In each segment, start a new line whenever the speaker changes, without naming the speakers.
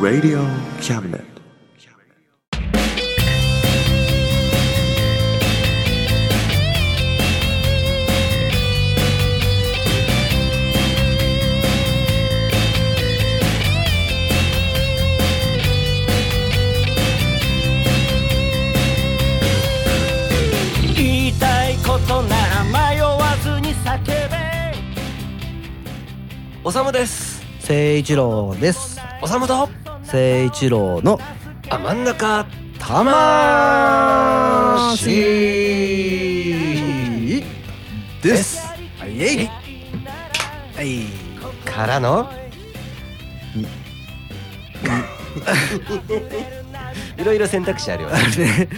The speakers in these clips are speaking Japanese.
Radio Cabinet.
言いたいことなら迷わずに叫べ
おさむです
聖一郎です
おさむと
聖一郎の
あ真ん中たま
魂
し
です
はいえいはいからのいろいろ選択肢あるよね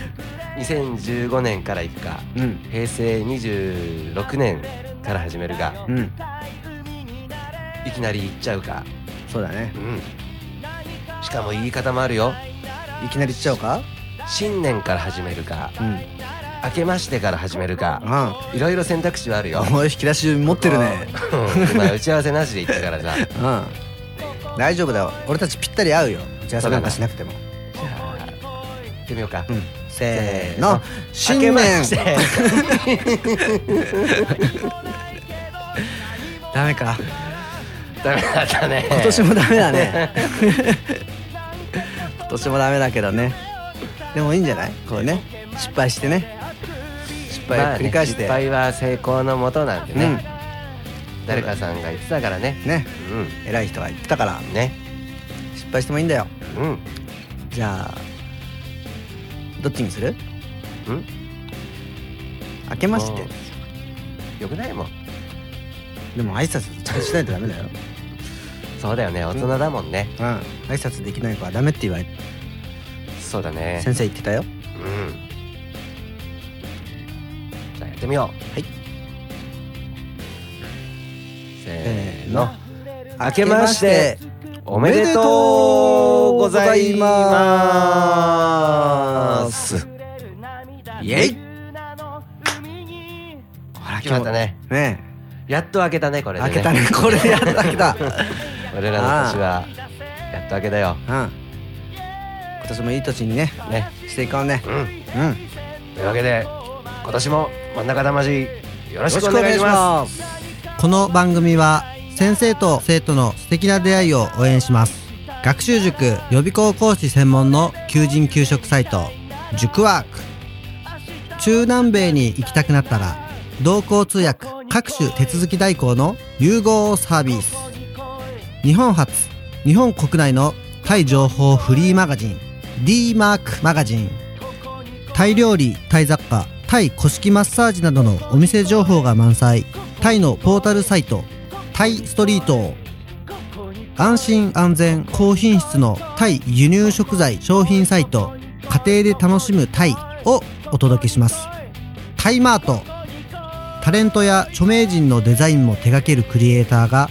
2015年から行くか
うん
平成26年から始めるが
うん
いきなり行っちゃうか
そうだね
うんしかも言い方もあるよ
いきなり言っちゃおうか
新年から始めるか
うん
明けましてから始めるか
あ
いろいろ選択肢はあるよ
あお前引き出し持ってるね
うん今打ち合わせなしで言ったからさ
うん大丈夫だよ俺たちぴったり合うよ打ち合わせなんかしなくても
じゃあ行ってみようか、
うんせー
せー
の
の
新
明けま
年
して
ダメか
ダメだったね
今年もダメだね今年もダメだけどねでもいいんじゃないこうね失敗してね失敗を
まあね
繰り返して、
失敗は成功のもとなんて
うん
ね、誰かさんが言ってたからね
ね
う
偉い人が言ってたから
んね
失敗してもいいんだよ
うん
じゃあどっちにする
うん
明けまして
もうよくないもん
でも挨拶ちゃんとしないとダメだよ
そうだよね大人だもんね、
うん挨拶できない子はダメって言われて
そうだね
先生言ってたよ
うんじゃあやってみよう
はいせ
せ
ー
ーの
の
明けましておめでとうございますイエイ
ほら
決まったね
ね
やっと開けたねこ
え
れで
開けたね これでやっと開けた
俺らの年はやっと開けたよ
うん今年もいい年にね
ね
していこうね
うん
うん
というわけで今年も真ん中魂よろしくお願いします
この番組は先生と生徒の素敵な出会いを応援します学習塾予備校講師専門の求人・給食サイト塾ワーク中南米に行きたくなったら同行通訳各種手続き代行の融合サービス日本初日本国内のタイ情報フリーマガジン d マークマガジンタイ料理タイ雑貨タイ古式マッサージなどのお店情報が満載タイのポータルサイトタイストリート安心安全高品質のタイ輸入食材商品サイト家庭で楽しむタイをお届けしますタイマートタレントや著名人のデザインも手掛けるクリエイターが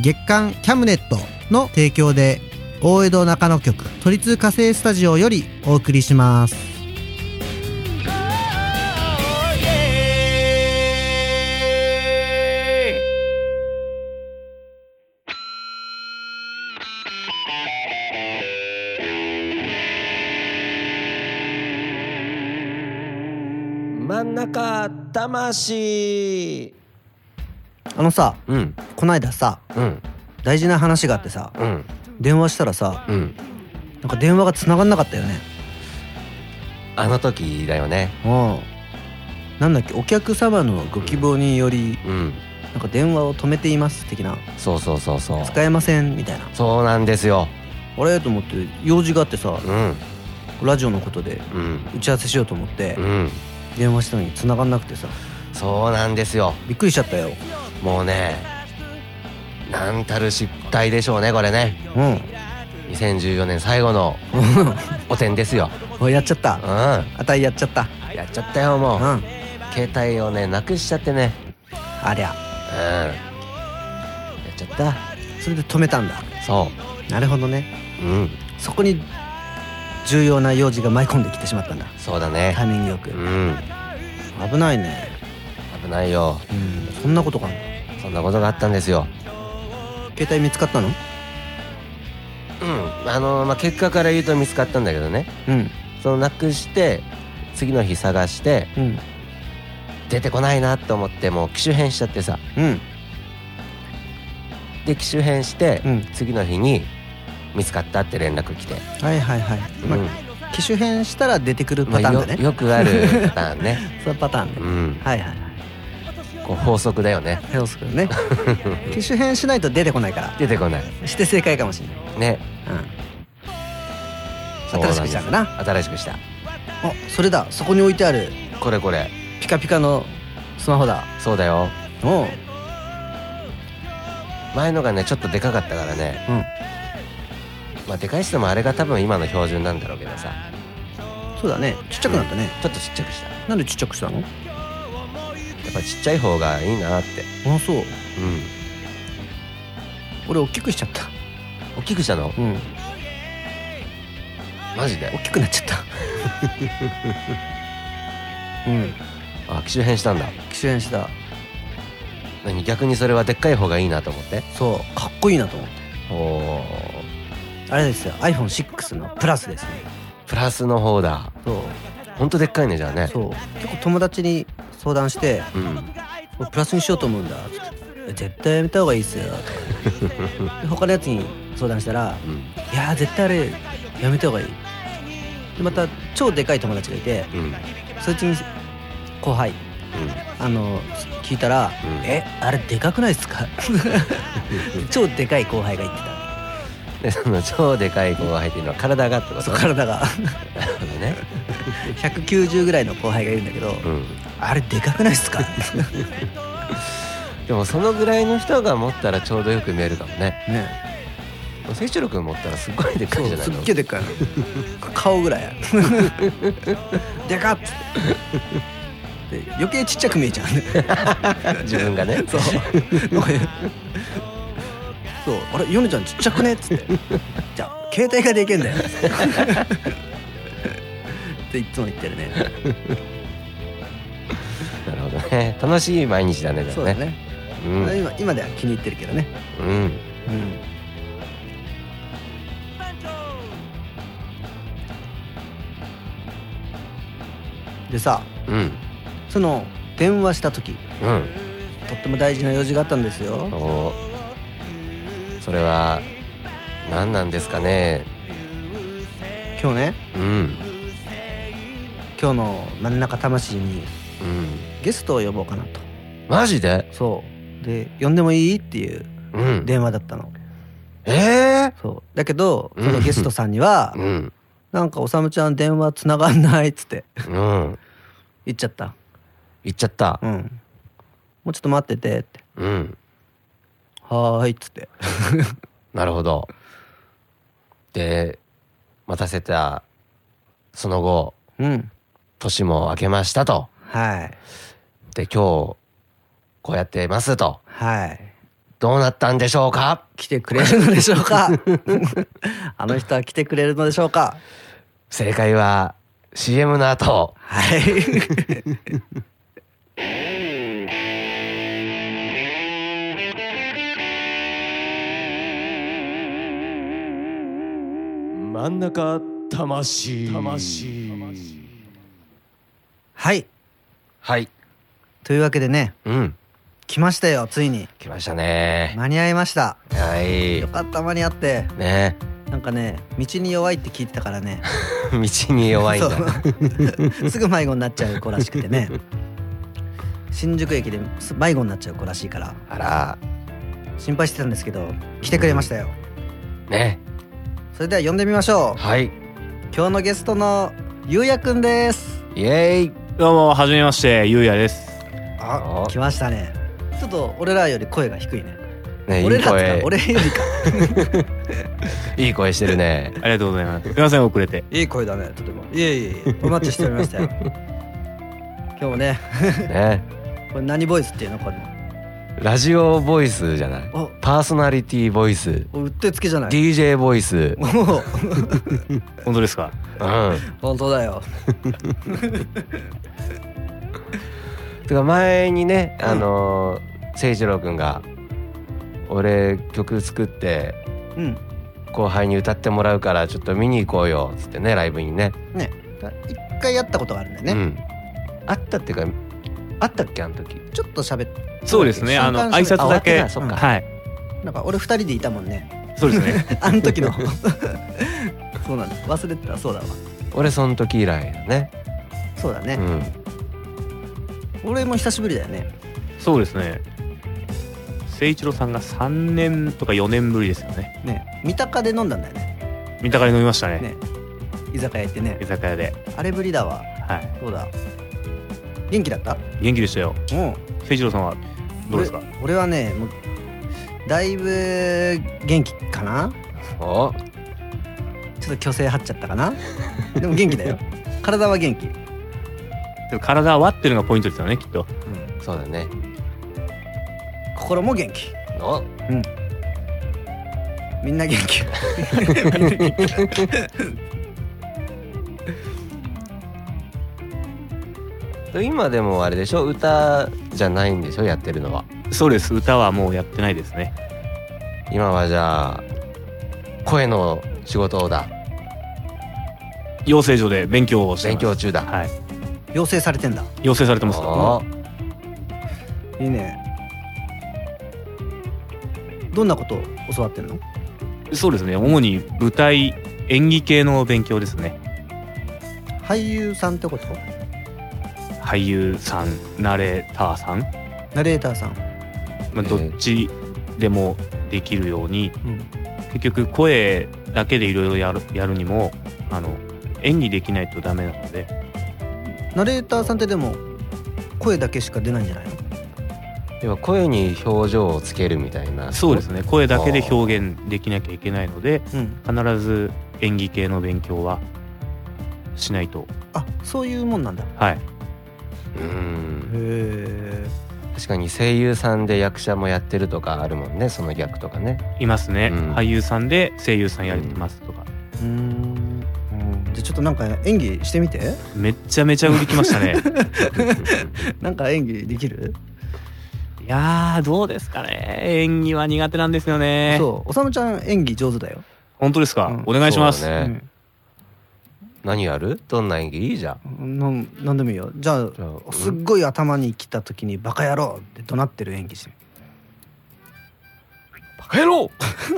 月刊キャムネットの提供で大江戸中野局都立火星スタジオよりお送りします。
真ん中魂
あのさ
うん
こないださ
うん
大事な話があってさ
うん
電話したらさ
うん
なんか電話が繋がんなかったよね
あの時だよね
うんなんだっけお客様のご希望により
うん
なんか電話を止めています的な
そうそうそうそう
使えませんみたいな
そうなんですよ
あれと思って用事があってさ
うん
ラジオのことで
うん
打ち合わせしようと思って
うん
電話したのに繋がんなくてさ
そうなんですよ
びっくりしちゃったよ
もうねなんたる失態でしょうねこれね
うん
2014年最後 のお点ですよ
おやっちゃっ
うん
た
や
あたいやっちゃった
っちゃったよもう、
うん
携帯をねなくしちゃってね
ありゃ
うんやっちゃった
それで止めたんだ
そ
なるほどね
ううん
そこに重要な用事が舞い込んできてしまったんだ
そうだね
タイミングよく
うん
危ないね
危ないよ
うんそんなことか
そんなことがあったんですよ
携帯見つかったの
うんあのまあ結果から言うと見つかったんだけどね
うん
そのなくして次の日探して
うん
出てこないなと思ってもう機種変しちゃってさ
うん
で機種変して、
うん
次の日に見つかったって連絡来て、
はいはいはい、ま
うん
あ、機種変したら出てくる
まあ
パターンだ
よ
ね、
よくあるパターンね
そういうパターンね、
うん
はいはいはい
こう法則だよね
ヘオス君ね機種変しないと出てこないか
出てこない
らして正解かもしれない、
ね
うん、新しくしたんだな
新しくした
あそれだそこに置いてある
これこれ
ピカピカのスマホだ
そうだよ
おう
前のがねちょっとでかかったからね
うん
まあでかい人もあれが多分今の標準なんだろうけどさ
そうだねちっちゃくなったね、
ちょっとちっちゃくしたや
なんでちっちゃくしたの
っぱちっちゃい方がいいなって
あそう
うん
俺大きくしちゃった
大きくしたの
うん
マジで
大きくなっちゃった うん
あ機種変したんだ
機種変した
何逆にそれはでっかい方がいいなと思って
そうかっこいいなと思って
おー
あれですよ iPhone6 のプラスですね
プラスの方だ
そう
ほんとでっかいねじゃあね
そう結構友達に相談して
うん
「俺プラスにしようと思うんだ」つって絶対やめた方がいいっすよ」で他のやつに相談したら
うん
「いやー絶対あれやめた方がいい」でまた超でかい友達がいて
うんうん
そいつに後輩あの聞いたら「
うん
えあれでかくないっすか? 」 超でかい後輩が言ってた
でその超でかい子が入ってるのは体がってこと
そう体が
なるほどね
190ぐらいの後輩がいるんだけど
うん
あれでかくないっすか
でもそのぐらいの人が持ったらちょうどよく見えるかもね
ね
清志郎君持ったらすっごいでっかいんじゃない
すっ
の
げえでっかいの顔ぐらいあるでかっつってで余計ちっちゃく見えちゃうね
自分がね
そうなんかねそうあれヨネちゃんちっちゃくねっつってじゃあ携帯がでけえん だよっていつも言ってるね
なるほどね楽しい毎日だねで
そ
も
う
ね
だね、
うん
今今では気に入ってるけどね
うん
うんでさ
うん
その電話した時
うん
とっても大事な用事があったんですよ
おそれは何なんですかね
今日ね
うん
今日の「真ん中魂」に
うん
ゲストを呼ぼうかなと
マジで
そうで呼んでもいいっていう
うん
電話だったの
ええ
そうだけどその
うん
ゲストさんには
ー、うん
「なんかおさむちゃん電話つながんない」っつって
うん
言っちゃった
行っちゃった
うんもうちょっと待っててって
うん
「はーい」っつって
なるほどで待たせたその後
うん
年も明けましたと
はい
で今日こうやってますと
はい
どうなったんでしょうか
来てくれるのでしょう かあの人は来てくれるのでしょうか
正解は CM の後
はい
真ん中魂魂
はい
はい
というわけでね
うん
来ましたよついに
来ましたね
間に合いました
はい
よかった間に合って
ね
なんかね道に弱いって聞いてたからね
道に弱いんだ
そう すぐ迷子になっちゃう子らしくてね新宿駅です迷子になっちゃう子らしいから
あら
心配してたんですけど来てくれましたよ
ね
それでは呼んでみましょう
はい
今日のゲストのゆうやくんです
イエーイ
どうも、はじめまして、ゆうやです。
あ来ましたねちょっと俺らより声が低いね
ね、い
俺
い
らって
声
か俺よりか
いい声して るね
ありがとうございます。すみません、遅れて。
いい声だねとてもいえいえお待ちしておりましたよ 今日もね
ね
これ何ボイスっていうのこれ
ラジオボイスじゃない
お
パーソナリティボイス
うってつけじゃない
DJ ボイス
おお
本当ですか。
うん
本当だよ
てか前にねあのー誠一郎君が俺曲作って
うん
後輩に歌ってもらうからちょっと見に行こうよっつってねライブにね
ねだ一回やったことがあるんだよね、
うん、あったっていうかあったっけあの時
ちょっと喋って
そうですね。あの
瞬間
挨
瞬
拶
間
だけ。
あ終わってたそっか
はい。
なんか俺二人でいたもんね
そうです ね。
あの時の そうなんだ忘れてたそうだわ
俺その時以来だね
そうだ
う
ね、
ん
俺も久しぶりだよね
そうですね。誠一郎さんが三年とか四年ぶりですよね。
ね三鷹で飲んだんだよね
三鷹で飲みましたね。
ね居酒屋行ってね
居酒屋で。
あれぶりだわ
はい。
そうだ元気だった
元気でしたよ。
うん
誠一郎さんはどうですか。
俺俺はねもうだいぶ元気かな
お
ちょっと虚勢張っちゃったか なでも元気だよ体は元気、
でも体はってるのがポイントですよね、きっと。
そうだね
心も元気
お
みんな元気
で今でもあれでしょ歌じゃないんでしょやってるのは
そうです。歌はもうやってないですね。
今はじゃあ声の仕事だ
養成所で勉強をして
勉
ます。
強中だ
はい。
養成されてんだ
養成されてますか。
お
いいねどんなことを教わってんの
そうですね。主に舞台演技系の勉強ですね。
俳優さんってこと
俳優さん、ナレーターさん。
ナレーターさん、
まあ、
え
ど
ー
っちでもできるように、
うん、
結局声だけでいろいろやるやるにもあの演技できないとダメなので
ナレーターさんってでも声だけしか出ないんじゃないの
要は声に表情をつけるみたいな
そうですね声だけで表現できなきゃいけないので
うん
必ず演技系の勉強はしないと
あそういうもんなんだへ
はい
うん
え
確かに声優さんで役者もやってるとかあるもんねその逆とかね
いますね、
うん
俳優さんで声優さんやりますとか、
うんじゃあちょっとなんか演技してみて
めっちゃめちゃ売りきましたね
なんか演技できる
いやーどうですかね演技は苦手なんですよね
そうおさむちゃん演技上手だよ、
本当ですか、
うん
お願いします、
そうだね何やるどんな演技いいじゃん
うんなんなんでもいいよじゃあ
じゃあ
すっごい頭にきた時に「バカ野郎!」って怒鳴ってる演技して
バカ野郎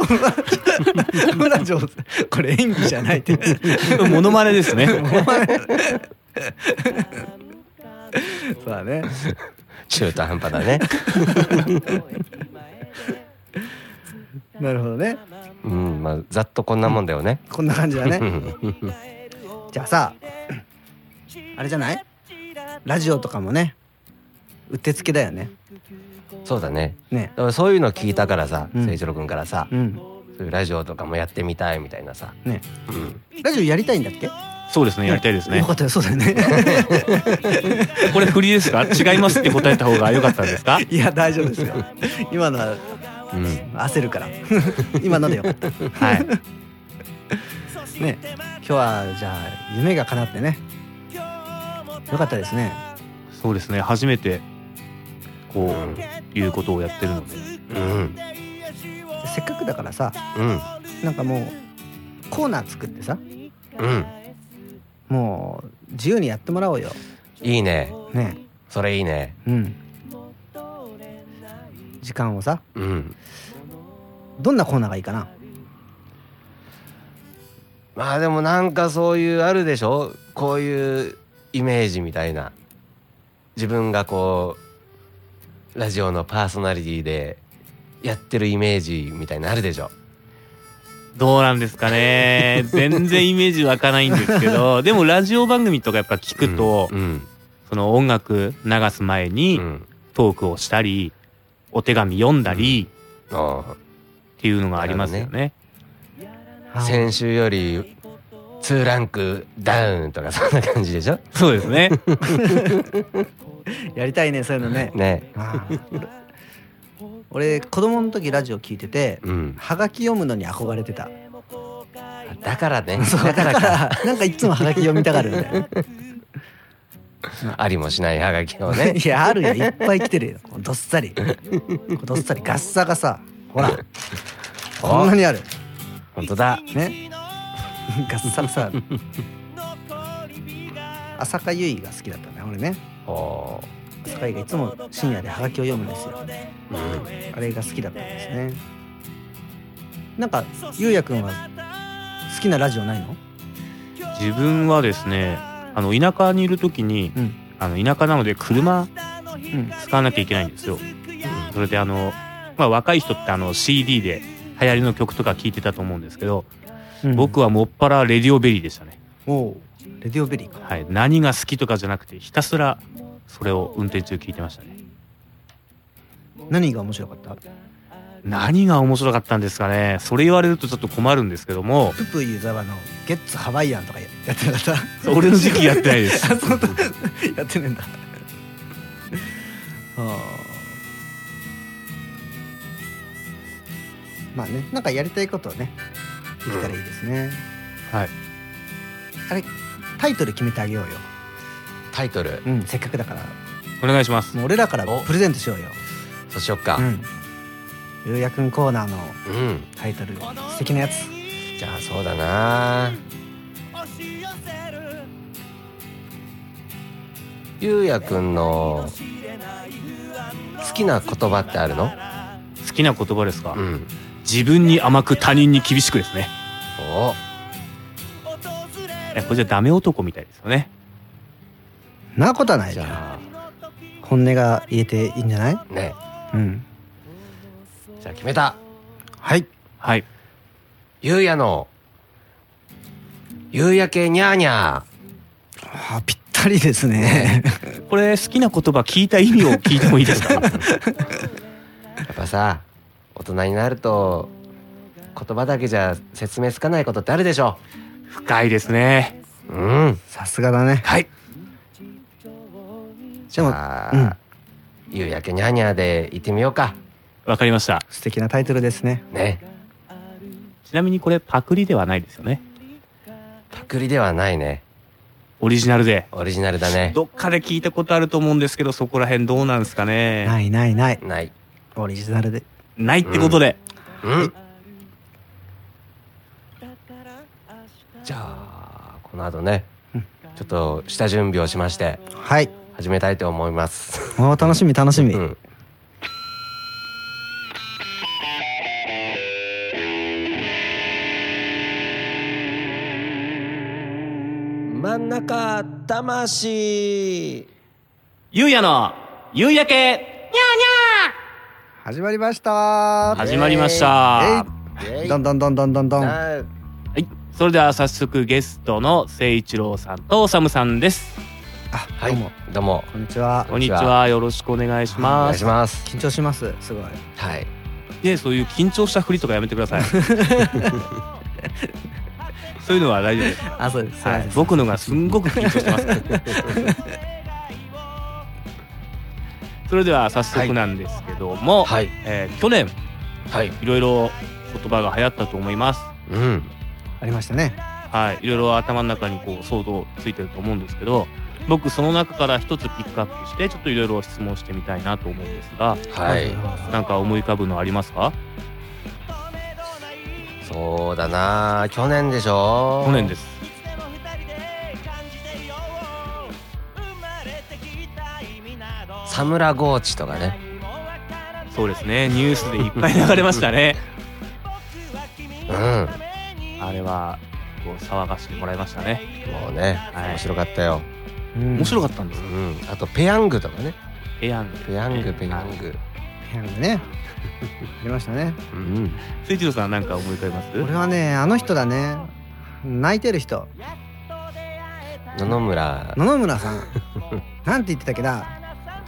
るほら上手 これ演技じゃないって
モノマネですね
お前そうだね
中途半端だ ね
なるほどね
うんまあざっとこんなもんだよね
こんな感じだ ね
うん
じゃあさあれじゃないラジオとかもねうってつけだよね
そうだね
ね
だからそういうの聞いたからさ
うん
誠一郎君からさ
うん
そういうラジオとかもやってみたいみたいなさ
ね
うん
ラジオやりたいんだっけ
そうですねやりたいですね
よかったよそうだよ ね
これ振りですか違いますって答えた方が良かったんですか
いや大丈夫 ですよ今のは
うん
焦るから今のでよかった
はい
ね今日はじゃあ夢が叶ってねよかったですね
そうですね初めてこういうことをやってるので
うん
せっかくだからさ
うん
なんかもうコーナー作ってさ
うん
もう自由にやってもらおうよ
いいね
ね
それいいね
うん時間をさ
うん
どんなコーナーがいいかな
まあでもなんかそういうあるでしょこういうイメージみたいな自分がこうラジオのパーソナリティでやってるイメージみたいなのあるでしょ
どうなんですかね全然イメージ湧かないんですけ どでもラジオ番組とかやっぱ聞くと、
うん
その音楽流す前
う
に
ん
トークをしたりお手紙読んだり、
あ
ていうのがありますよね。
あ先週より2ランクダウンとかそんな感じでしょ
そうですね。
やりたいねそういうのね
ね
あー俺子供の時ラジオ聞いてて
うん
はがき読むのに憧れてた
だから ね
そう
だ
だか
か
らら
か
なんかいつもはがき読みたがるんだよね
ありもしないハガキをね
いやあるよいっぱい来てるよどっさりどっさりガッサガサほらこんなにある
本当だ
ねガッサガサある浅香唯が好きだったね俺ね
お
浅香唯がいつも深夜でハガキを読むんですよ
ー
あれが好きだったんですねなんかゆうやくんは好きなラジオないの
自分はですね、あの田舎にいる時に、
うん
あの田舎なので車
うん
使わなきゃいけないんですよ。それであの、まあ、若い人ってあの CD で流行りの曲とか聴いてたと思うんですけど、
うん
僕はもっぱらレディオベリーでしたね。
おうレディオベリーか
はい、何が好きとかじゃなくてひたすらそれを運転中聞いてましたね。
何が面白かったプ
何が面白かったんですかねそれ言われるとちょっと困るんですけども
プユーザワのゲッツハワイアンとかやってなかった
俺の時期やってないです
あそうだやってねえんだ あーまあねなんかやりたいことをねできたらいいですね、
はい
あれタイトル決めてあげようよ、
タイトル
うん、せっかくだから
お願いします
もう俺らから
お
プレゼントしようよ、
そうしよっか
うん、ゆうやくんコーナーの
うん
タイトル素敵なやつ
じゃあそうだなゆうやくんの好きな言葉ってあるの
好きな言葉ですか、
ん
自分に甘く他人に厳しくですね
お
えこれじゃダメ男みたいですよね
なことはない
じ
じゃん
ゃ
本音が言えていいんじゃない
あね
うん
じゃあ決めた
はい
はい
ゆうやの夕焼けにゃーにゃ
あーぴったりですね
これ好きな言葉聞いた意味を聞いてもいいです か
ーやっぱさ大人になると言葉だけじゃ説明つかないことってあるでしょ
深いですね
うん
さすがだね
はい
でも
じゃあ、
うん
夕焼けにゃーにゃーで行ってみようか
わかりました
素敵なタイトルですね
ね
ちなみにこれパクリではないですよね
パクリではないね
オリジナルで
オリジナルだね
どっかで聞いたことあると思うんですけどそこら辺どうなんですかね
ないないない
ない
オリジナルで
ないってことで、
うんじゃあこの後ねちょっと下準備をしまして
はい
始めたいと思います
おー楽しみ楽しみ、
うん真ん中魂
ゆうやの夕焼け
始まりました
始まりました。
えいどんどんどんどんどんどんは
な
はい。それでは早速ゲストの誠一郎さんとおさむさんです。
はいどうもどうも
こんにちは
こんにちは。よろしくお願いし
お願
ま
いし
す。
ます
緊張しますすごい
はい
で、そういう緊張したふりとかやめてくだ さい。そういうのは大丈夫です。
あそうです
はい。僕のがすんごく緊張してますから。 それでは早速なんですけども、
はい
えー去年
はい
いろいろ言葉が流行ったと思います。
うん
ありましたね
はい、いろいろ頭の中にこう想像ついてると思うんですけど僕その中から一つピックアップしてちょっといろいろ質問してみたいなと思うんですが
はい
なんか思い浮かぶのありますか
そうだな去年でしょ
去年です
サムラゴーチとかね
そうですねニュースでいっぱい流れましたね
うん
あれはこう騒がしてもらいましたね
もうね、
はい
面白かったよ、
面白
か
かったんで
う
すよ
ん、あとペヤングとかね
ペヤング
ペヤングペヤ
は
ン
い
グ、
ったねありましたね
うん、
誠一郎さんなんか思い浮かびます
俺はねあの人だね泣いてる人
野々村
野々村さんなんて言ってたっけな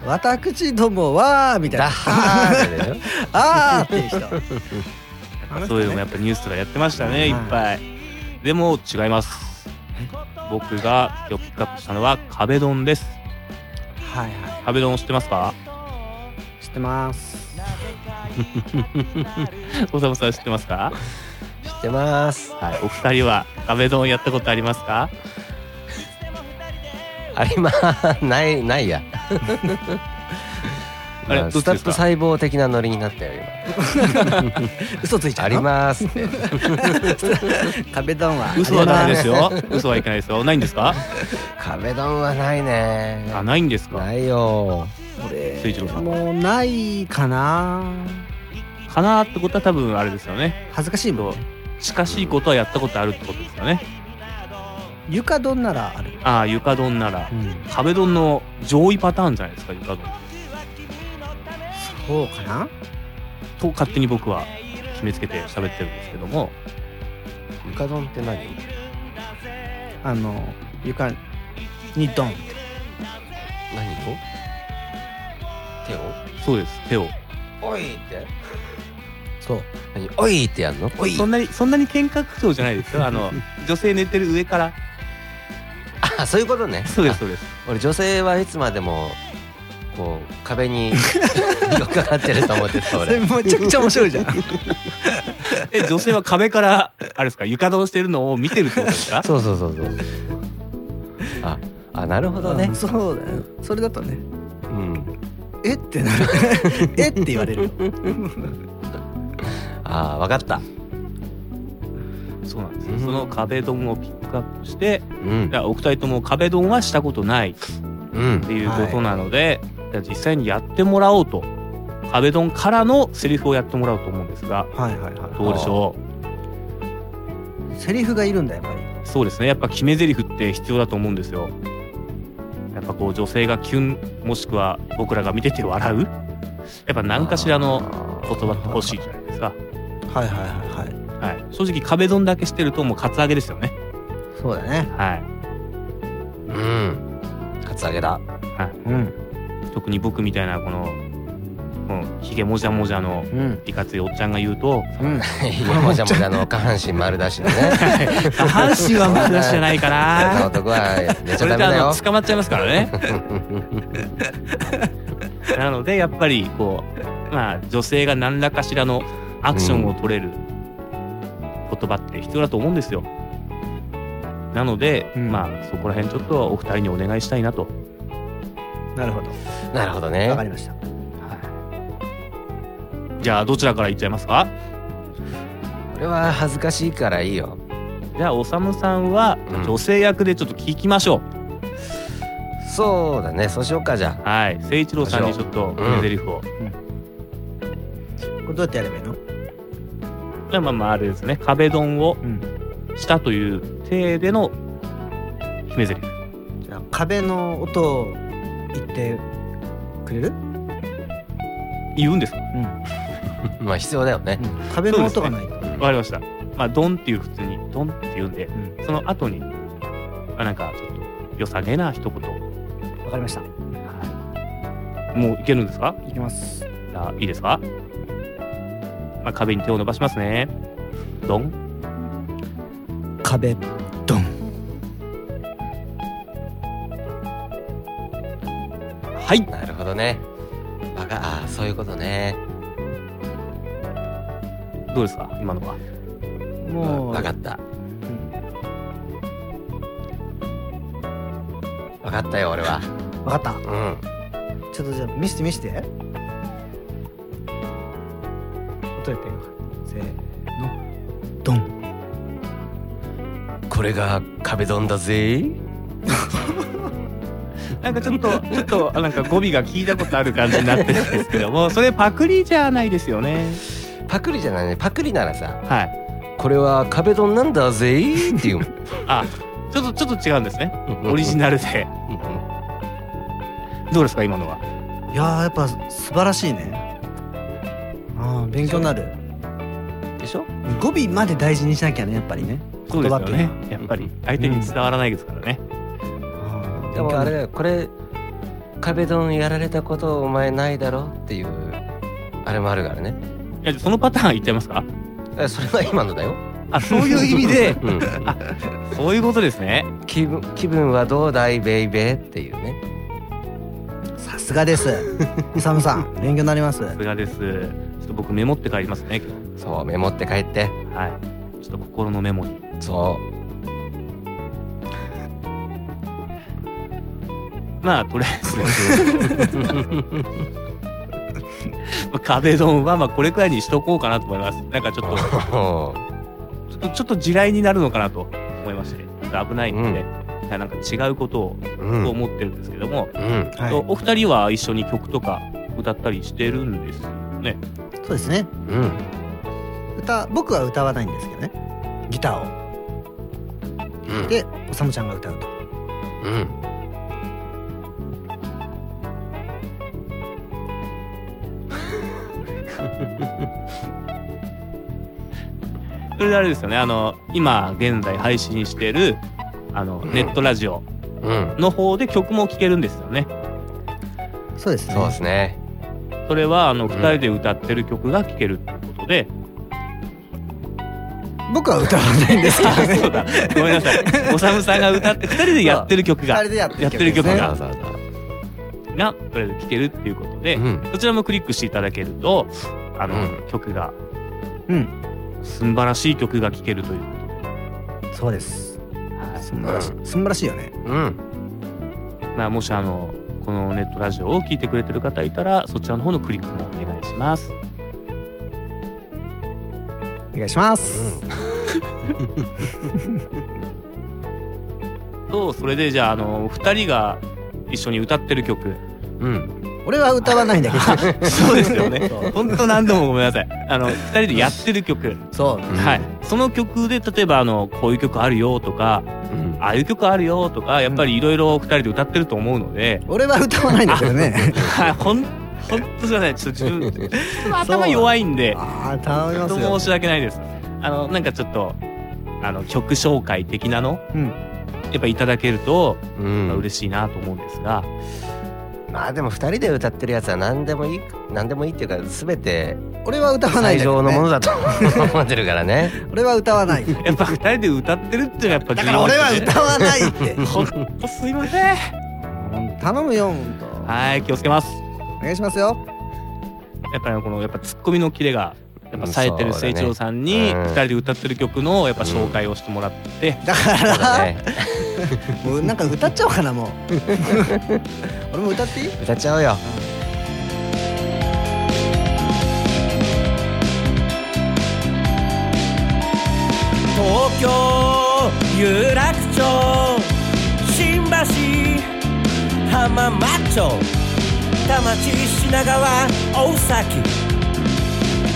私どもはみたいな
だはーってでし
あーっていう人
なんかそういうのもやっぱニュースとかやってましたね、いっぱい。でも違います。僕が今日ピックアップしたのは壁ドンです。
はいは
壁ドン知ってますか？
い知ってます
おさむさん知ってますか？
ょ知ってます
はい。お二人は壁ドンやったことありますか？
ありまないないや
あれ
まあ
ど
ス
っちで
タ
す
ッ
か
プ細胞的なノリになったよ
嘘ついち
今
ゃ
あ
う
り
の
ますって
壁ドンは
嘘はダメですよ。嘘はいけないですよ。ないんです か？
壁ドンはないね
あ、ないんですか？
ないよ
俺
水一郎さん
もうないかな
かなーってことは多分あれですよね。
恥ずかしいもん
近しいことはやったことあるってことですよね。
床ドンならある、
ああ、床ドンなら壁ドンの上位パターンじゃないですか？床ドン。
そうかな
と勝手に僕は決めつけて喋ってるんですけども。
床ドンって何
あの床にド ン
何を手を
そうです手を
おいって
そう
何おいってやるのおい
そんなにそんなに喧嘩口調じゃない ですよあの女性寝てる上から
あそういうことね
そうですそうです
俺女性はいつまでもこう壁 に引っかかってると思ってた
それ
俺
めちゃくちゃ面白いじゃん
え女性は壁からあれですか床ドンしてるのを見てるってことですか
そうそうそうそうああなるほど ね
そうだよそれだとね
うん
えってなる えって言われるよ
あわかった
そうなんです
う
よ
ん
その壁ドンをピックアップして
うん
いやお二人とも壁ドンはしたことないっ
うん
ていうことなので、じゃあ実際にやってもらおうと壁ドンからのセリフをやってもらおうと思うんですが
はいはいは
どうでしょう
いセリフがいるんだやっぱり
そうですねやっぱ決め台詞って必要だと思うんですよやっぱこう女性がキュンもしくは僕らが見てて笑うやっぱ何かしらの言葉って欲しいじゃないですか、
はいはいはいはい
はい、正直壁ドンだけしてるともうカツアゲですよね
そうだね
はい、
うんカツアゲだ
うん
特に僕みたいなこのもうひげもじゃもじゃの
うん
いかついおっちゃんが言 うと
うん
いやもじゃもじゃの下半身丸出しのね
下半身はまだじゃないか
そんな
な
男は寝ち
そ
ゃダ
れ
メ
で
だ
あの
よ
捕まっちゃいますか らねなのでやっぱりこうまあ女性が何らかしらのアクションを取れる言葉って必要だと思うんですよなので、
うん
まあそこら辺ちょっとお二人にお願いしたいなと
なるほど
なるほど
わか
ね
りました
はいじゃあどちらからいっちゃいますか
これは恥ずかしいからいいよ
じゃあおさむさんは
うん
女性役でちょっと聞きましょう、
そうだねそうしようかじゃ
はい誠一郎さんにちょっと
うん
名台詞を、
これどうやってやればいいの
じゃあまあまああれですね壁ドンを
ん
したという体での決め台詞
じゃあ壁の音を言ってくれる
言うんですか
うん
あまあ必要だよね
壁の音がないと、
わかりましたまあドンっていう普通にドンって言うんで
うん
その後にまあなんかちょっと良さげな一言
わかりました
もういけるんですか
いきます
じゃあいいですか、まあ、壁に手を伸ばしますねドン
壁ドン
はい
なるほどねバカあーそういうことね
どうですか今のは
もう
わかった
うん
わかったよ俺は
わかった
うん
ちょっとじゃあ見して見して音やってみようかせーのドン
これが壁ドンだぜ
なんかちょっと、ちょっと、あなんか語尾が聞いたことある感じになってるんですけ ども、それパクリじゃないですよね。
パクリじゃないねパクリならさ
はい。
これは壁ドンなんだぜっていう
あ、ちょっと、ちょっと違うんですね。オリジナルで。
うん
どうですか、今のは。
いやーやっぱ素晴らしいねああ勉強になる
でしょ
語尾まで大事にしなきゃねやっぱりね
そうです
言
よ
葉っていう
ね
の。
やっぱり、相手に伝わらないですからね。
あー
でもあれだよこれ壁ドンやられたことお前ないだろっていうあれもあるからね
いやそのパターン言っちゃいますか
えそれは今のだよ、
あそういう 意味で
うん、
そういうことですね
気分気分はどうだいベイベーっていうね
さすがです。イサムさん、勉強になります。
さすがですちょっと僕メモって帰りますね
そうメモって帰って
はいちょっと心のメモに
そう
まあとりあ えずまあ壁ドンはまあこれくらいにしとこうかなと思いますなんかちょっとちょっとちょっと地雷になるのかなと思いましてちょっと危ないんで、なんか違うことを
うん
と思ってるんですけども、
うん
はい
お二人は一緒に曲とか歌ったりしてるんですよね
そうですね。
うん
歌、僕は歌わないんですけどね。ギター
うん
を。で、おさむちゃんが歌うと。
うん
それであれですよねあの今現在配信してるあのネットラジオ
うん
の方で曲も聴けるんですよね
そうですね。
そうですね
それはあの
ん
二人で歌ってる曲が聴けるってことで、
僕は歌わないんですけど
あそうだごめんなさいおさむさんが歌って二人でやってる曲
あ
が
れでやって
やってる曲
ですね
が
わざわざ
がとりあえず聴けるっていうことで、
うん
そちらもクリックしていただけるとあの、
う
曲が
うん。
素晴らしい曲が聴けるという
そうです。すんばらしい。すんばらしいよね。
うん
まあ、もしあのこのネットラジオを聞いてくれてる方いたらそちらの方のクリックもお願いします。
お願いします。
とそれでじゃああの2人が一緒に歌ってる曲
うん
俺は歌わないんだけ ど。
そうですよね本当何度もごめんなさいあの2人でやってる曲、
そう。
はい、その曲で例えばあのこういう曲あるよとか
うん
ああいう曲あるよとかやっぱりいろいろ2人で歌ってると思うの で、
俺は歌わないんだけどね。
はいほんほんとすいませんちょっと 自分ちょっと頭弱いんで
ああ、頼み
本
ます
当
よ。
申し訳ないです。あのなんかちょっとあの曲紹介的なの、
うん
やっぱいただけると、
うん
嬉しいなと思うんですが、
まあでも二人で歌ってるやつは何でもいい何でもいいっていうか全て
俺は歌わない
最
んだけ
上
ど
のもの
ね。
だと思ってるからね
俺は歌わない。 だ
やっぱ二人で歌ってるっていうのはやっぱ重
から
要で
俺は
すね。
歌わないって。
ほんとすいません。
頼むよ、ほんと。
はい気をつけます。
お願いしますよ。
やっぱり、このやっぱツッコミのキレが。やっぱ冴えてる
そうだ
誠
ね
一郎さんに
うん
二人で歌ってる曲のやっぱ紹介をしてもらって、
だか
そうだ
ら、
ね
もうなんか歌っちゃおうかな、もう。 俺も歌っていい
歌っちゃおうよ
東京 有楽町新橋浜松町田町品川大崎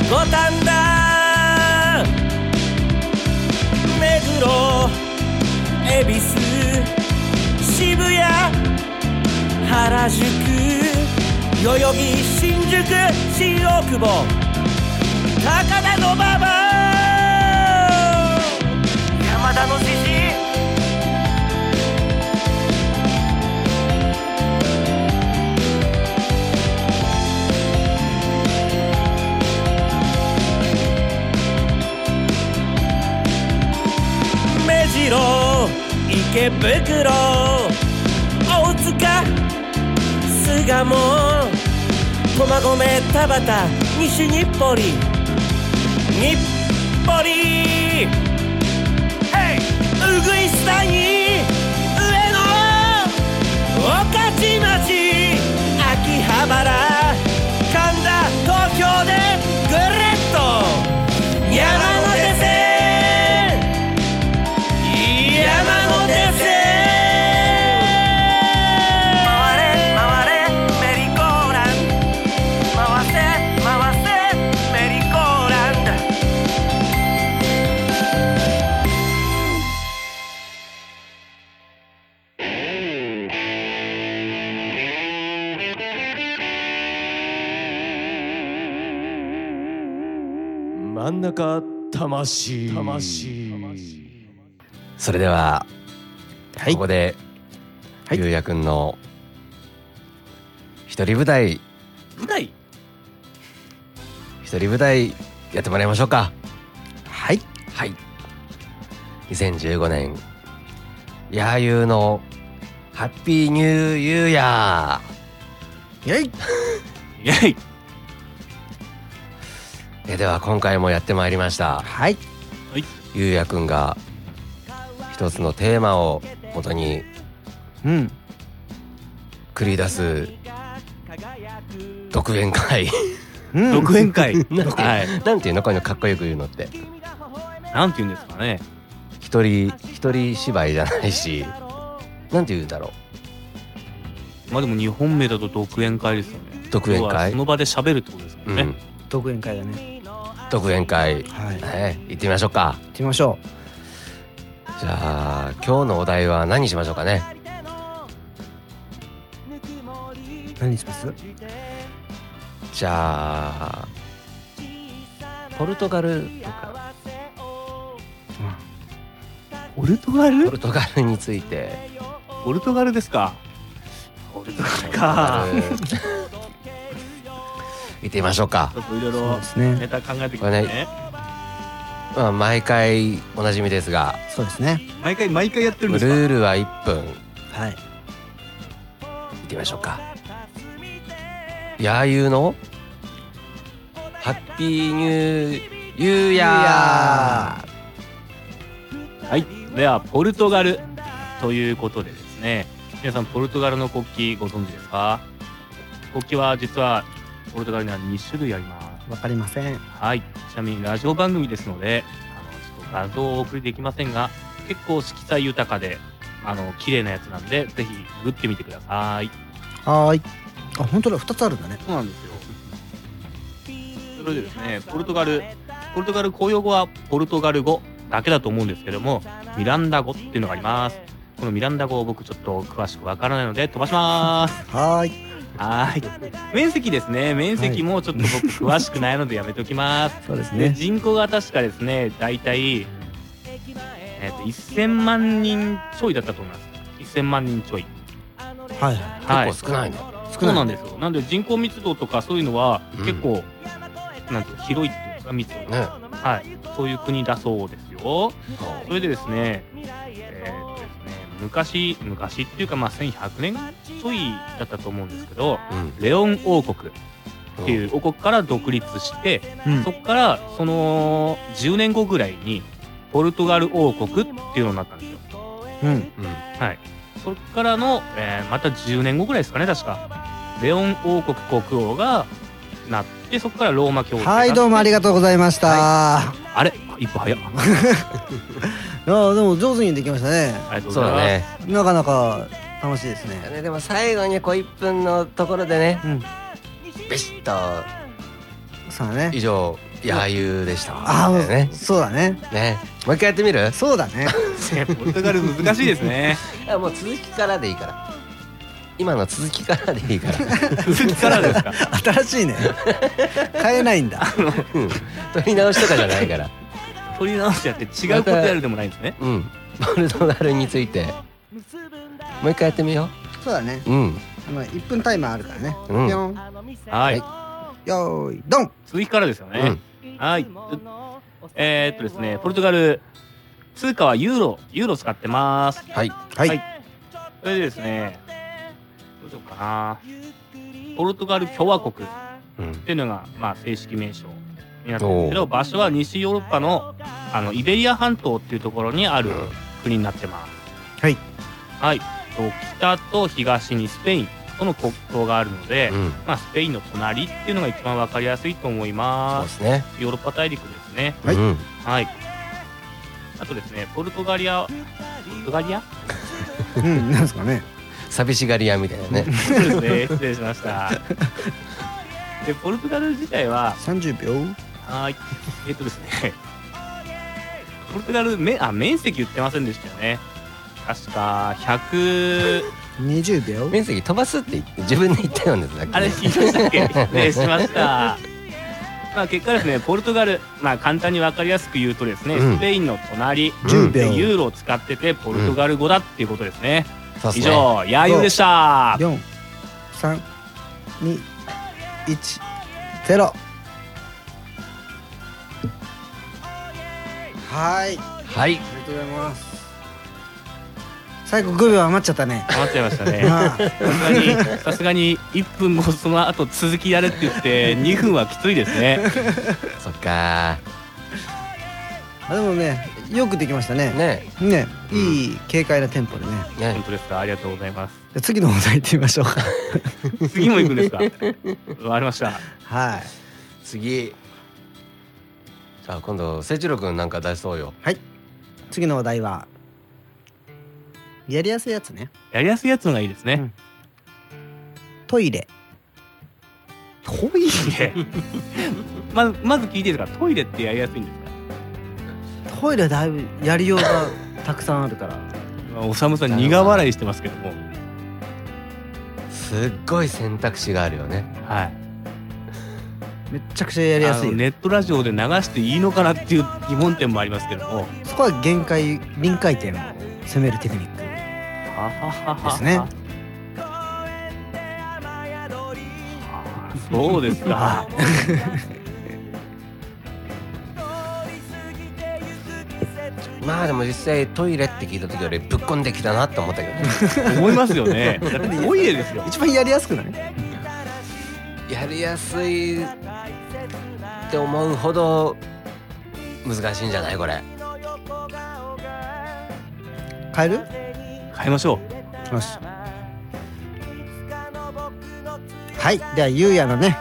五反田目黒恵比寿渋谷原宿代々木新宿新大久保高田の馬場山田の獅子目白池袋大塚巣鴨駒込田端西日暮里日暮里へいうぐいす谷上野御徒町秋葉原神田東京でぐるっと山手線山手線回れ回れメリーゴーランド回せ回せメリーゴーランド
真ん中魂魂
それでは、
はい
ここで、
はい
ゆうやくんの一人舞台
舞台
一人舞台やってもらいましょうか
はい
はい2015年ヤーユーのハッピーニューユーヤ
イェイ
イェイ
ーえでは今回もやってまいりました
はい
ゆうやくんが一つのテーマをもとに
うん
繰り出す独演会
うん
独 演会はい
なんていうのこういうのかっこよく言うのって
なんて言うんですかね
一人一人芝居じゃないしなんて言うんだろ
まあでも日本名だと独演会ですよね
独演会
要はその場で喋るってことです
う、う
も
ん
ね、
ん、
独演会だね
独演会、
はい行っ
ええ行ってみましょうか
てみましょ
じゃあ今日のお題は何にしましょうかね
う何にします
じゃあポルトガルとか
ポルトガ
ポ
ル
ルトガルについて
ポルトガルですかポルトガル か
ポルトガル行ってみましょうか
ちょっといろい
そう
ろ
ですね
ネタ考えてきてね
まあ、毎回おなじみですが
そうですね
毎回毎回やってるん
ル
ですか
ールは1分
はい
いってみましょうかやーゆーのハッピーニューユーヤー
はいではポルトガルということでですね皆さんポルトガルの国旗ご存知ですか国旗は実はポルトガルには2種類あります
わかりません
はい、ちなみにラジオ番組ですので、あのちょっと画像をお送りできませんが、結構色彩豊かで、あの綺麗なやつなんで、ぜひグってみてください。
はーいあ本当だ二つあるんだね
そうなんですよ。それでですね、ポルトガル、ポルトガル公用語はポルトガル語だけだと思うんですけども、ミランダ語っていうのがあります。このミランダ語を僕ちょっと詳しくわからないので飛ばします。
はーい
はーい。面積ですね。面積もちょっと僕詳しくないのでやめときます。
そうです
で
ね
人口が確かですね大体、えー、と1000万人ちょいだったと思います1000万人ちょい
はいは
はい
結構少ないね、
い
そうなん
い
ですよなんで人口密度とかそういうのは
うん
結構、なんていうか広いっていうんですか密度が、
ね
はいそういう国だそうですよ
は
それでですね,、えーとですね昔昔っていうかまあ1100年ちょいだったと思うんですけど
いうん
レオン王国って
う
い
ん
う王国から独立して、
うん
そこからその10年後ぐらいにポルトガル王国っていうのになったんですよ。
うん
はい、そこからの、えーまた10年後ぐらいですかね確かレオン王国国王がなってそこからローマ教皇
はいどうもありがとうございました、
あれ一歩早っ
いやーでも上手にできましたね
ありがとうご
そう
ざい
だ
ます、
ね
なかなか楽しいですね
ねでも最後にこう1分のところでね
うん
ビシッと
そうだね
以上やーゆーでした
ああ、
ね
そうだね
ねもう一回やってみる
そうだ ね
ねポルトガル難しいですね
あもう続きからでいいから今の続きからでいいから
続きからですか
新しいね変えないんだ
うん取り直しとかじゃないから
取り直してやって違うことやるでもないんですね
うんポルトガルについてもう一回やってみよ
そうだね
ううん
まあ1分タイマーあるからねぴ
うん
ょん
はい、
よーいドン
続きからですよね、
うん
はい。えーっとですね、ポルトガル、通貨はユーロ、ユーロ使ってます。
はい
はい、
はいそれでですね、どうしようかな。ポルトガル共和国っ
うん
ていうのが、まあ、正式名称になってるんですけど、
お
場所は西ヨーロッパの、あの、イベリア半島っていうところにある国になってます。
はい。
はい。と北と東にスペインとの国境があるので、
うん
まあ、スペインの隣っていうのが一番わかりやすいと思い
そう
ま。
ですすね
ヨーロッパ大陸ですね。
はい
うん
はい。あとですね、ポルトガリア、ポルトガリア
うんなんですかね
寂しがり屋みたいなね
そうですね、失礼しました。で、ポルトガル自体は、
30秒
はい、 えっとですね、ポルトガル、めあ、面積言ってませんでしたよね。確か、100、
20秒
面積飛ばすって言って自分で言ったよねさっきね
あれ、言いましたっ け失礼しました。まあ、結果ですね、ポルトガル、まあ、簡単に分かりやすく言うとですね、
うん
スペインの隣、
10
で
秒
ユーロを使ってて、ポルトガル語だっていうことですね。
そうっす
以
ね
上、やゆでした。
4 3二一ゼロはいあ
はい
りがとうございます最後5秒余っちゃったね
余っちゃいましたね
ああ
さすがにさすがに1分後その後続きやれって言って2分はきついですね
そっか
あでもねよくできましたね
ーね
ねいい軽快なテンポでね
ね
本当ですかありがとうございます
じゃあ次のお題行ってみましょ うか
次も行くんですかわかりました
はい
次じゃあ今度清一郎君なんか出そうよ
次のお題はやりやすいやつね
やりやすいやつのがいいですね、
トイレ
トイレまずまず聞いていいですかトイレってやりやすいんですか
トイレだいぶやりようがたくさんあるから
まあおさむさん苦笑いしてますけども
すっごい選択肢があるよね
はい
めっちゃくちゃやりやすい
あ
よ
のネットラジオで流していいのかなっていう疑問点もありますけども
そこは限界臨界点を攻めるテクニックですね
そうで すか
まあでも実際トイレって聞いた時よりぶっこんできたなって思ったけど ね
思いますよねだってトイレですよ
一番やりやすくない
やりやすいって思うほど難しいんじゃないこれ
変える
変えましょう
よしはいではゆうやのね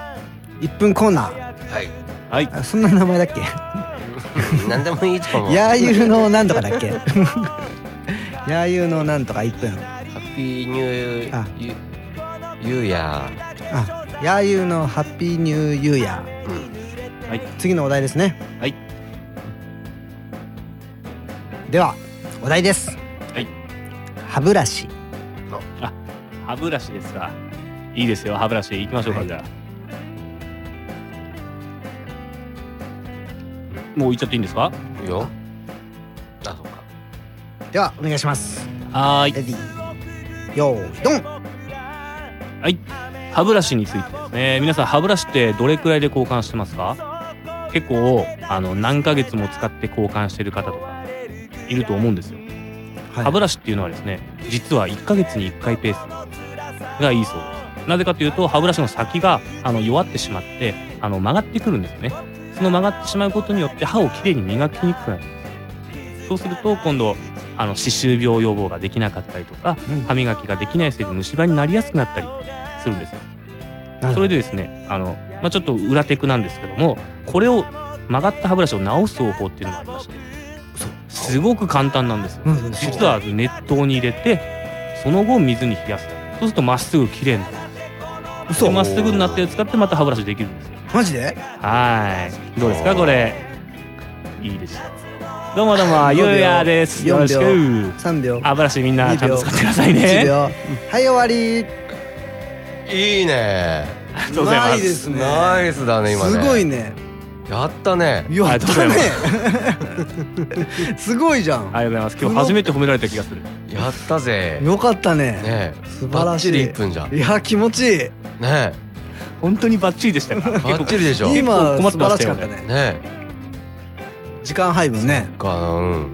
1分コーナー
はい
はい
あそんな名前だ っけ
何でもいい と思う
やーゆうのなんとかだっけ やーゆうのなんとか1分
ハッピーニュ
あ
ーユゆうや
あやーゆうのハッピーニューユーヤー
うん
次のお題ですね
はい
ではお題です
はい
歯ブラシ
歯ブラシですかいいですよ歯ブラシ行きましょうか、
はい
じゃあもう行っちゃっていいんですか
いいよあそうか
ではお願いします
はーい
レディーよーいドン
はい歯ブラシについてですね皆さん歯ブラシってどれくらいで交換してますか結構あの何ヶ月も使って交換してる方とかいると思うんですよ歯ブラシっていうのはですね実は1ヶ月に1回ペースがいいそうですなぜかというと歯ブラシの先があの弱ってしまってあの曲がってくるんですよねその曲がってしまうことによって歯をきれいに磨きにくくなるんですそうすると今度あの歯周病予防ができなかったりとか、歯磨きができないせいで虫歯になりやすくなったりするんですよそれでですねあの、まあ、ちょっと裏テクなんですけどもこれを曲がった歯ブラシを直す方法っていうのがありましてすごく簡単なんですよ
うん
実は熱湯に入れてその後水に冷やすとそうするとまっすぐ綺麗になる
嘘
でまっすぐになったやつ使ってまた歯ブラシできるんですよ
マジで
はーいどうですかこれいいですよどうもどうも
四
ゆ
秒
うやですよろし
四
く
3秒
歯ブラシみんな
二
ちゃん
秒
と使ってください
1
ね
秒はい終わり
いいね
ありがとうございま
ないですすね
ナイスだね今ね
すごいね
やったね
や
あ
っ
りがとうご
た
ざいま
ね すごいじゃん
ありがとうございます今日初めて褒められた気がする
やったぜね
よかったね素晴らしい
バッチリ1分じゃん
いや気持ちいい
ね
本当にバッチリで したか
バッチリでしょね
今
困
素
って
晴
ま
ら
し
したか
よ
ったね
ね
え
時間配分ね
かうん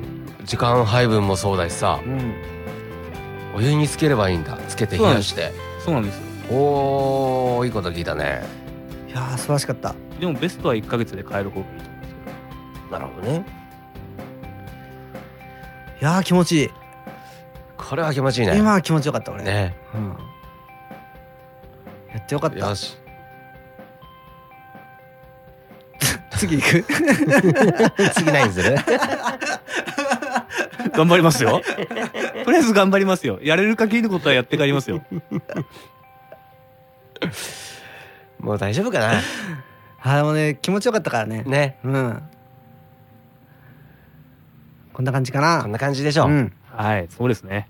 時間配分もそうだしさ
うん
お湯につければいいんだつけて冷やして
そうなんですよ
おおいいこと聞いたね
いやー素晴らしかった
でもベストは1ヶ月で変える方がいいと
なるほどね
いやー気持ちいい
これは気持ちいいね
今は気持ちよかった俺
ね
うんやってよかった
よし
次行く
次ないんですね
頑張ります よとりあえず頑張りますよやれる限りのことはやって帰りますよ
もう大丈夫かな
あでもね気持ちよかったからね
ね
うんこんな感じか
こん
な
な感じでしょ
う
うん
はいそうですね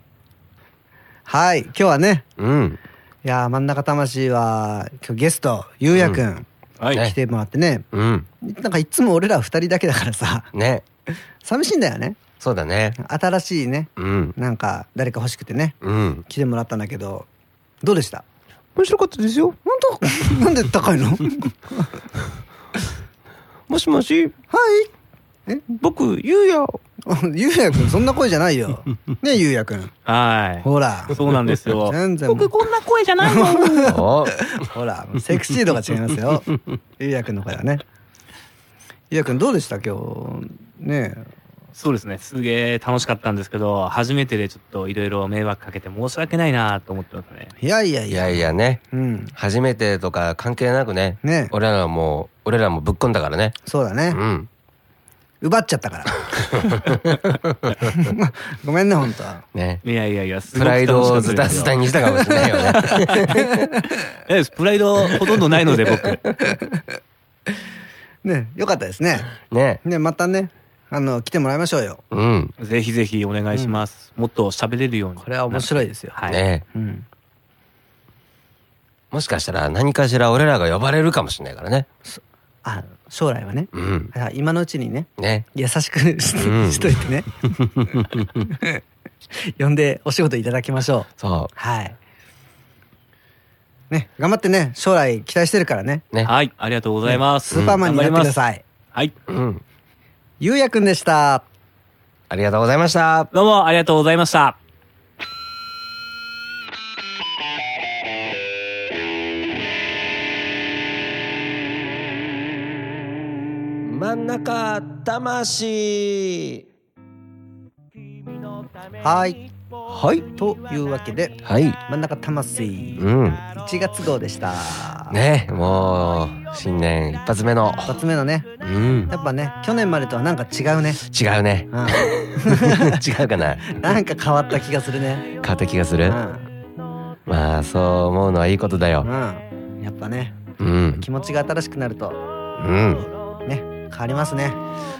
はい今日はね
うん
いやー真ん中魂は今日ゲストゆうやくん
はい、
ね
来てもらってね
うん
なんかいつも俺ら二人だけだからさ
ね
寂しいんだよね
そうだね
新しいね
うん
なんか誰か欲しくてね
う ん
来てもらったんだけどどうでした面白かったですよ本当 なんで高いのはい
もしもし僕ゆうや
あ ゆうやくんそんな声じゃないよねゆうやくん
は
ほら
い。そうなんです よ。
全然
僕こんな声じゃないもん。
ほ
お
らセクシー度が違います よゆうやくんの声はねゆうやくんどうでした今日ねえ
そうですね。すげえ楽しかったんですけど、初めてでちょっといろいろ迷惑かけて申し訳ないなと思ってますね。
いやいやい
い
や
やいやね
うん
初めてとか関係なくね
ね
俺らも俺らもぶっこんだからね
そうだ
う
ね
ん
奪っちゃ ったからごめんね本当は
ね
いやいやいや、す
プ
ごく
ライド
楽
を
しかったです
ズタズ
よ
タにしたかもしれないよね
えプライドほとんどないので僕。
ねよかったですね
ね
ねまたねあの来てもらいましょうよ
うん
ぜひぜひお願いします。もっと喋れるように。
これは面白いですよ
はい。
ね
うん
もしかしたら何かしら俺らが呼ばれるかもしれないからね
あ将来はね
うん
あ今のうちにね
ね
優しくし,、
うん
しといてね 呼んでお仕事いただきましょう
そ
はいね頑張ってね将来期待してるからね
うね
はい、ありがとうございます。
スーパーマンになってくだ
い。
さい、
はい。
うん
ゆうやくんでした
ありがとうございました
どうもありがとうございました。
真ん中魂
はい
はい
というわけで
はい
真ん中魂
うん
1月号でした
ねもう新年一発目の
一発目のね
うん
やっぱね去年までとはなんか違うね、
違うね
う
違うかな変
ん、なんか変わった気がするね
わった気がす
う
る
ん、
まあそう思うのはいいことだ
う
よ
ん、やっぱね
うん
気持ちが新しくなると
うん
ね変わりますね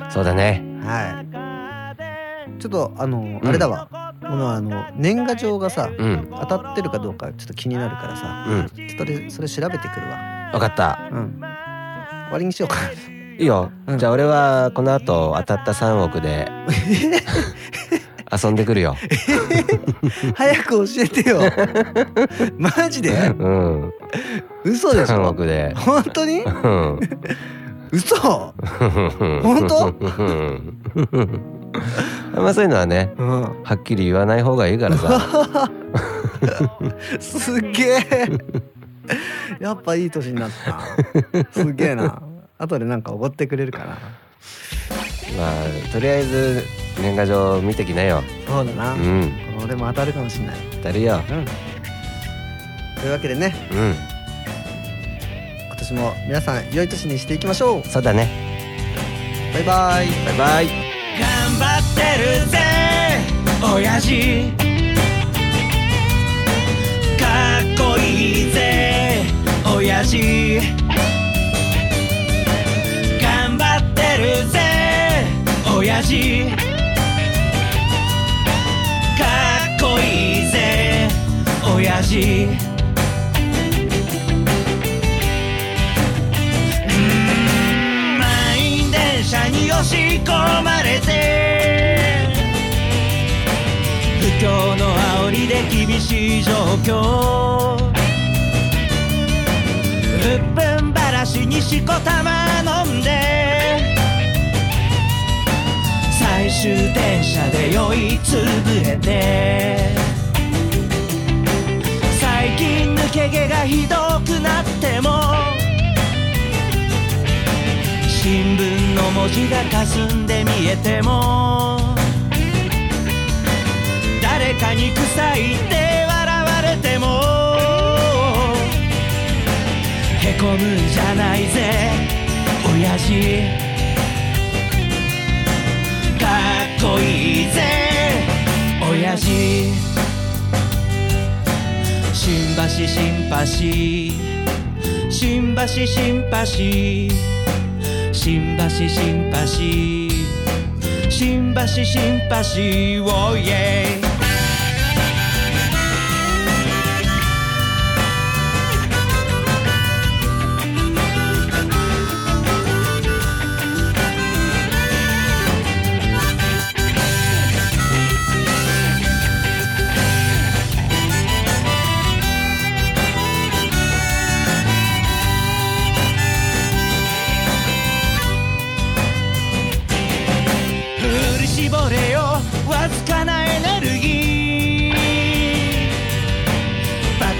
そうだね
はいちょっとあの
うん
あれだわ、このあの年賀状がさ
うん
当たってるかどうかちょっと気になるからさ
うん
ちょっとでそれ調べてくるわ
わかった
うん終わりにしようか
いいよ、
うん
じゃあ俺はこの後当たった3億で 遊んでくるよ
早く教えてよ マジで
うん
嘘でし
3
ょ
億で
本当に
うん
嘘
本
当
あんまそういうのはね
うん
はっきり言わない方がいいからさ
すげえやっぱいい年になったすげえな後でなんかおごってくれるかな
まあとりあえず年賀状見てきなよ
そうだな
うん
俺も当たるかもしんない
当たるよ
うんというわけでね
うん
今年も皆さん良い年にしていきましょう
そうだね
バイバイ
バイバイ
頑張ってるぜ親父かっこいいぜ親父頑張ってるぜ親父かっこいいぜ親父満員電車に押し込まれて不況の煽りで厳しい状況うっぷんばらしにしこたま飲んで最終電車で酔いつぶれて最近抜け毛がひどくなっても新聞の文字が霞んで見えても誰かに臭いって笑われてもへこむんじゃないぜ親父かっこいいぜ親父新橋新橋新橋新橋新橋新橋新橋新橋をイエイ
「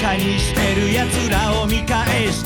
奴らを見返し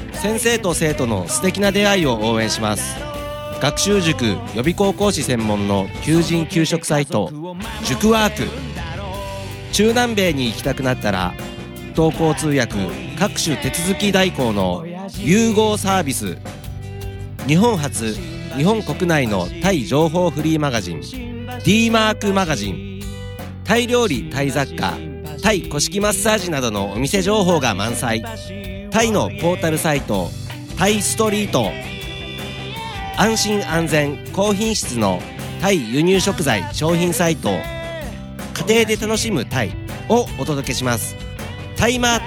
先生と生徒の素敵な出会いを応援します学習塾予備高校師専門の求人・求職サイト塾ワーク中南米に行きたくなったら同行通訳各種手続き代行の融合サービス日本初日本国内のタイ情報フリーマガジン d マークマガジンタイ料理タイ雑貨タイ古式マッサージなどのお店情報が満載タイのポータルサイトタイストリート安心安全高品質のタイ輸入食材商品サイト家庭で楽しむタイをお届けしますタイマー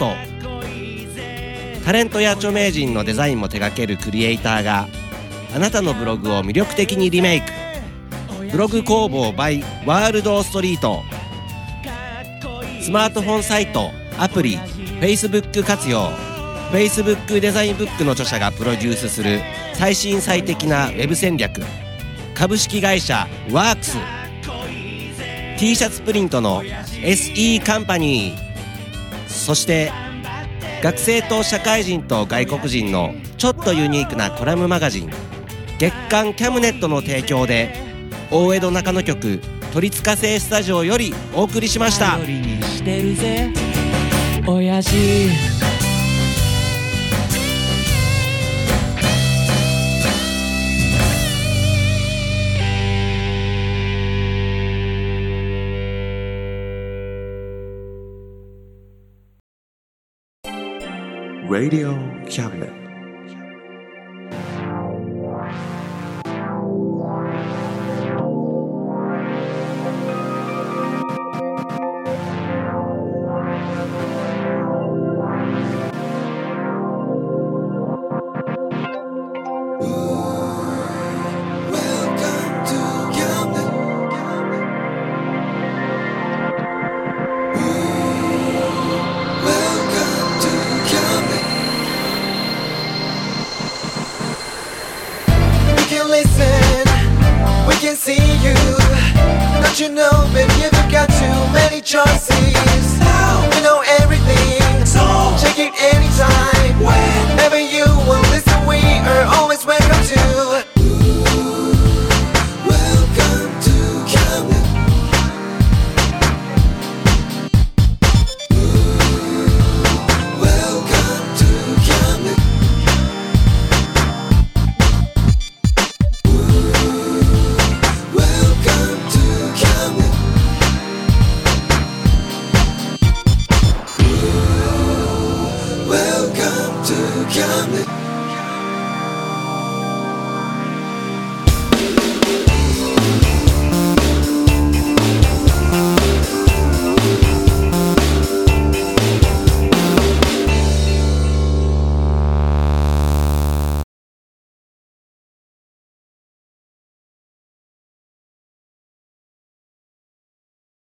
トタレントや著名人のデザインも手掛けるクリエイターがあなたのブログを魅力的にリメイクブログ工房 by ワールドストリートスマートフォンサイトアプリ Facebook 活用 Facebook デザインブックの著者がプロデュースする最新最適なウェブ戦略株式会社ワークス t シャツプリントの SE カンパニーそして学生と社会人と外国人のちょっとユニークなコラムマガジン月刊キャムネットの提供で大江戸中野局鳥塚製スタジオよりお送りしました。
頼りにしてるぜ親父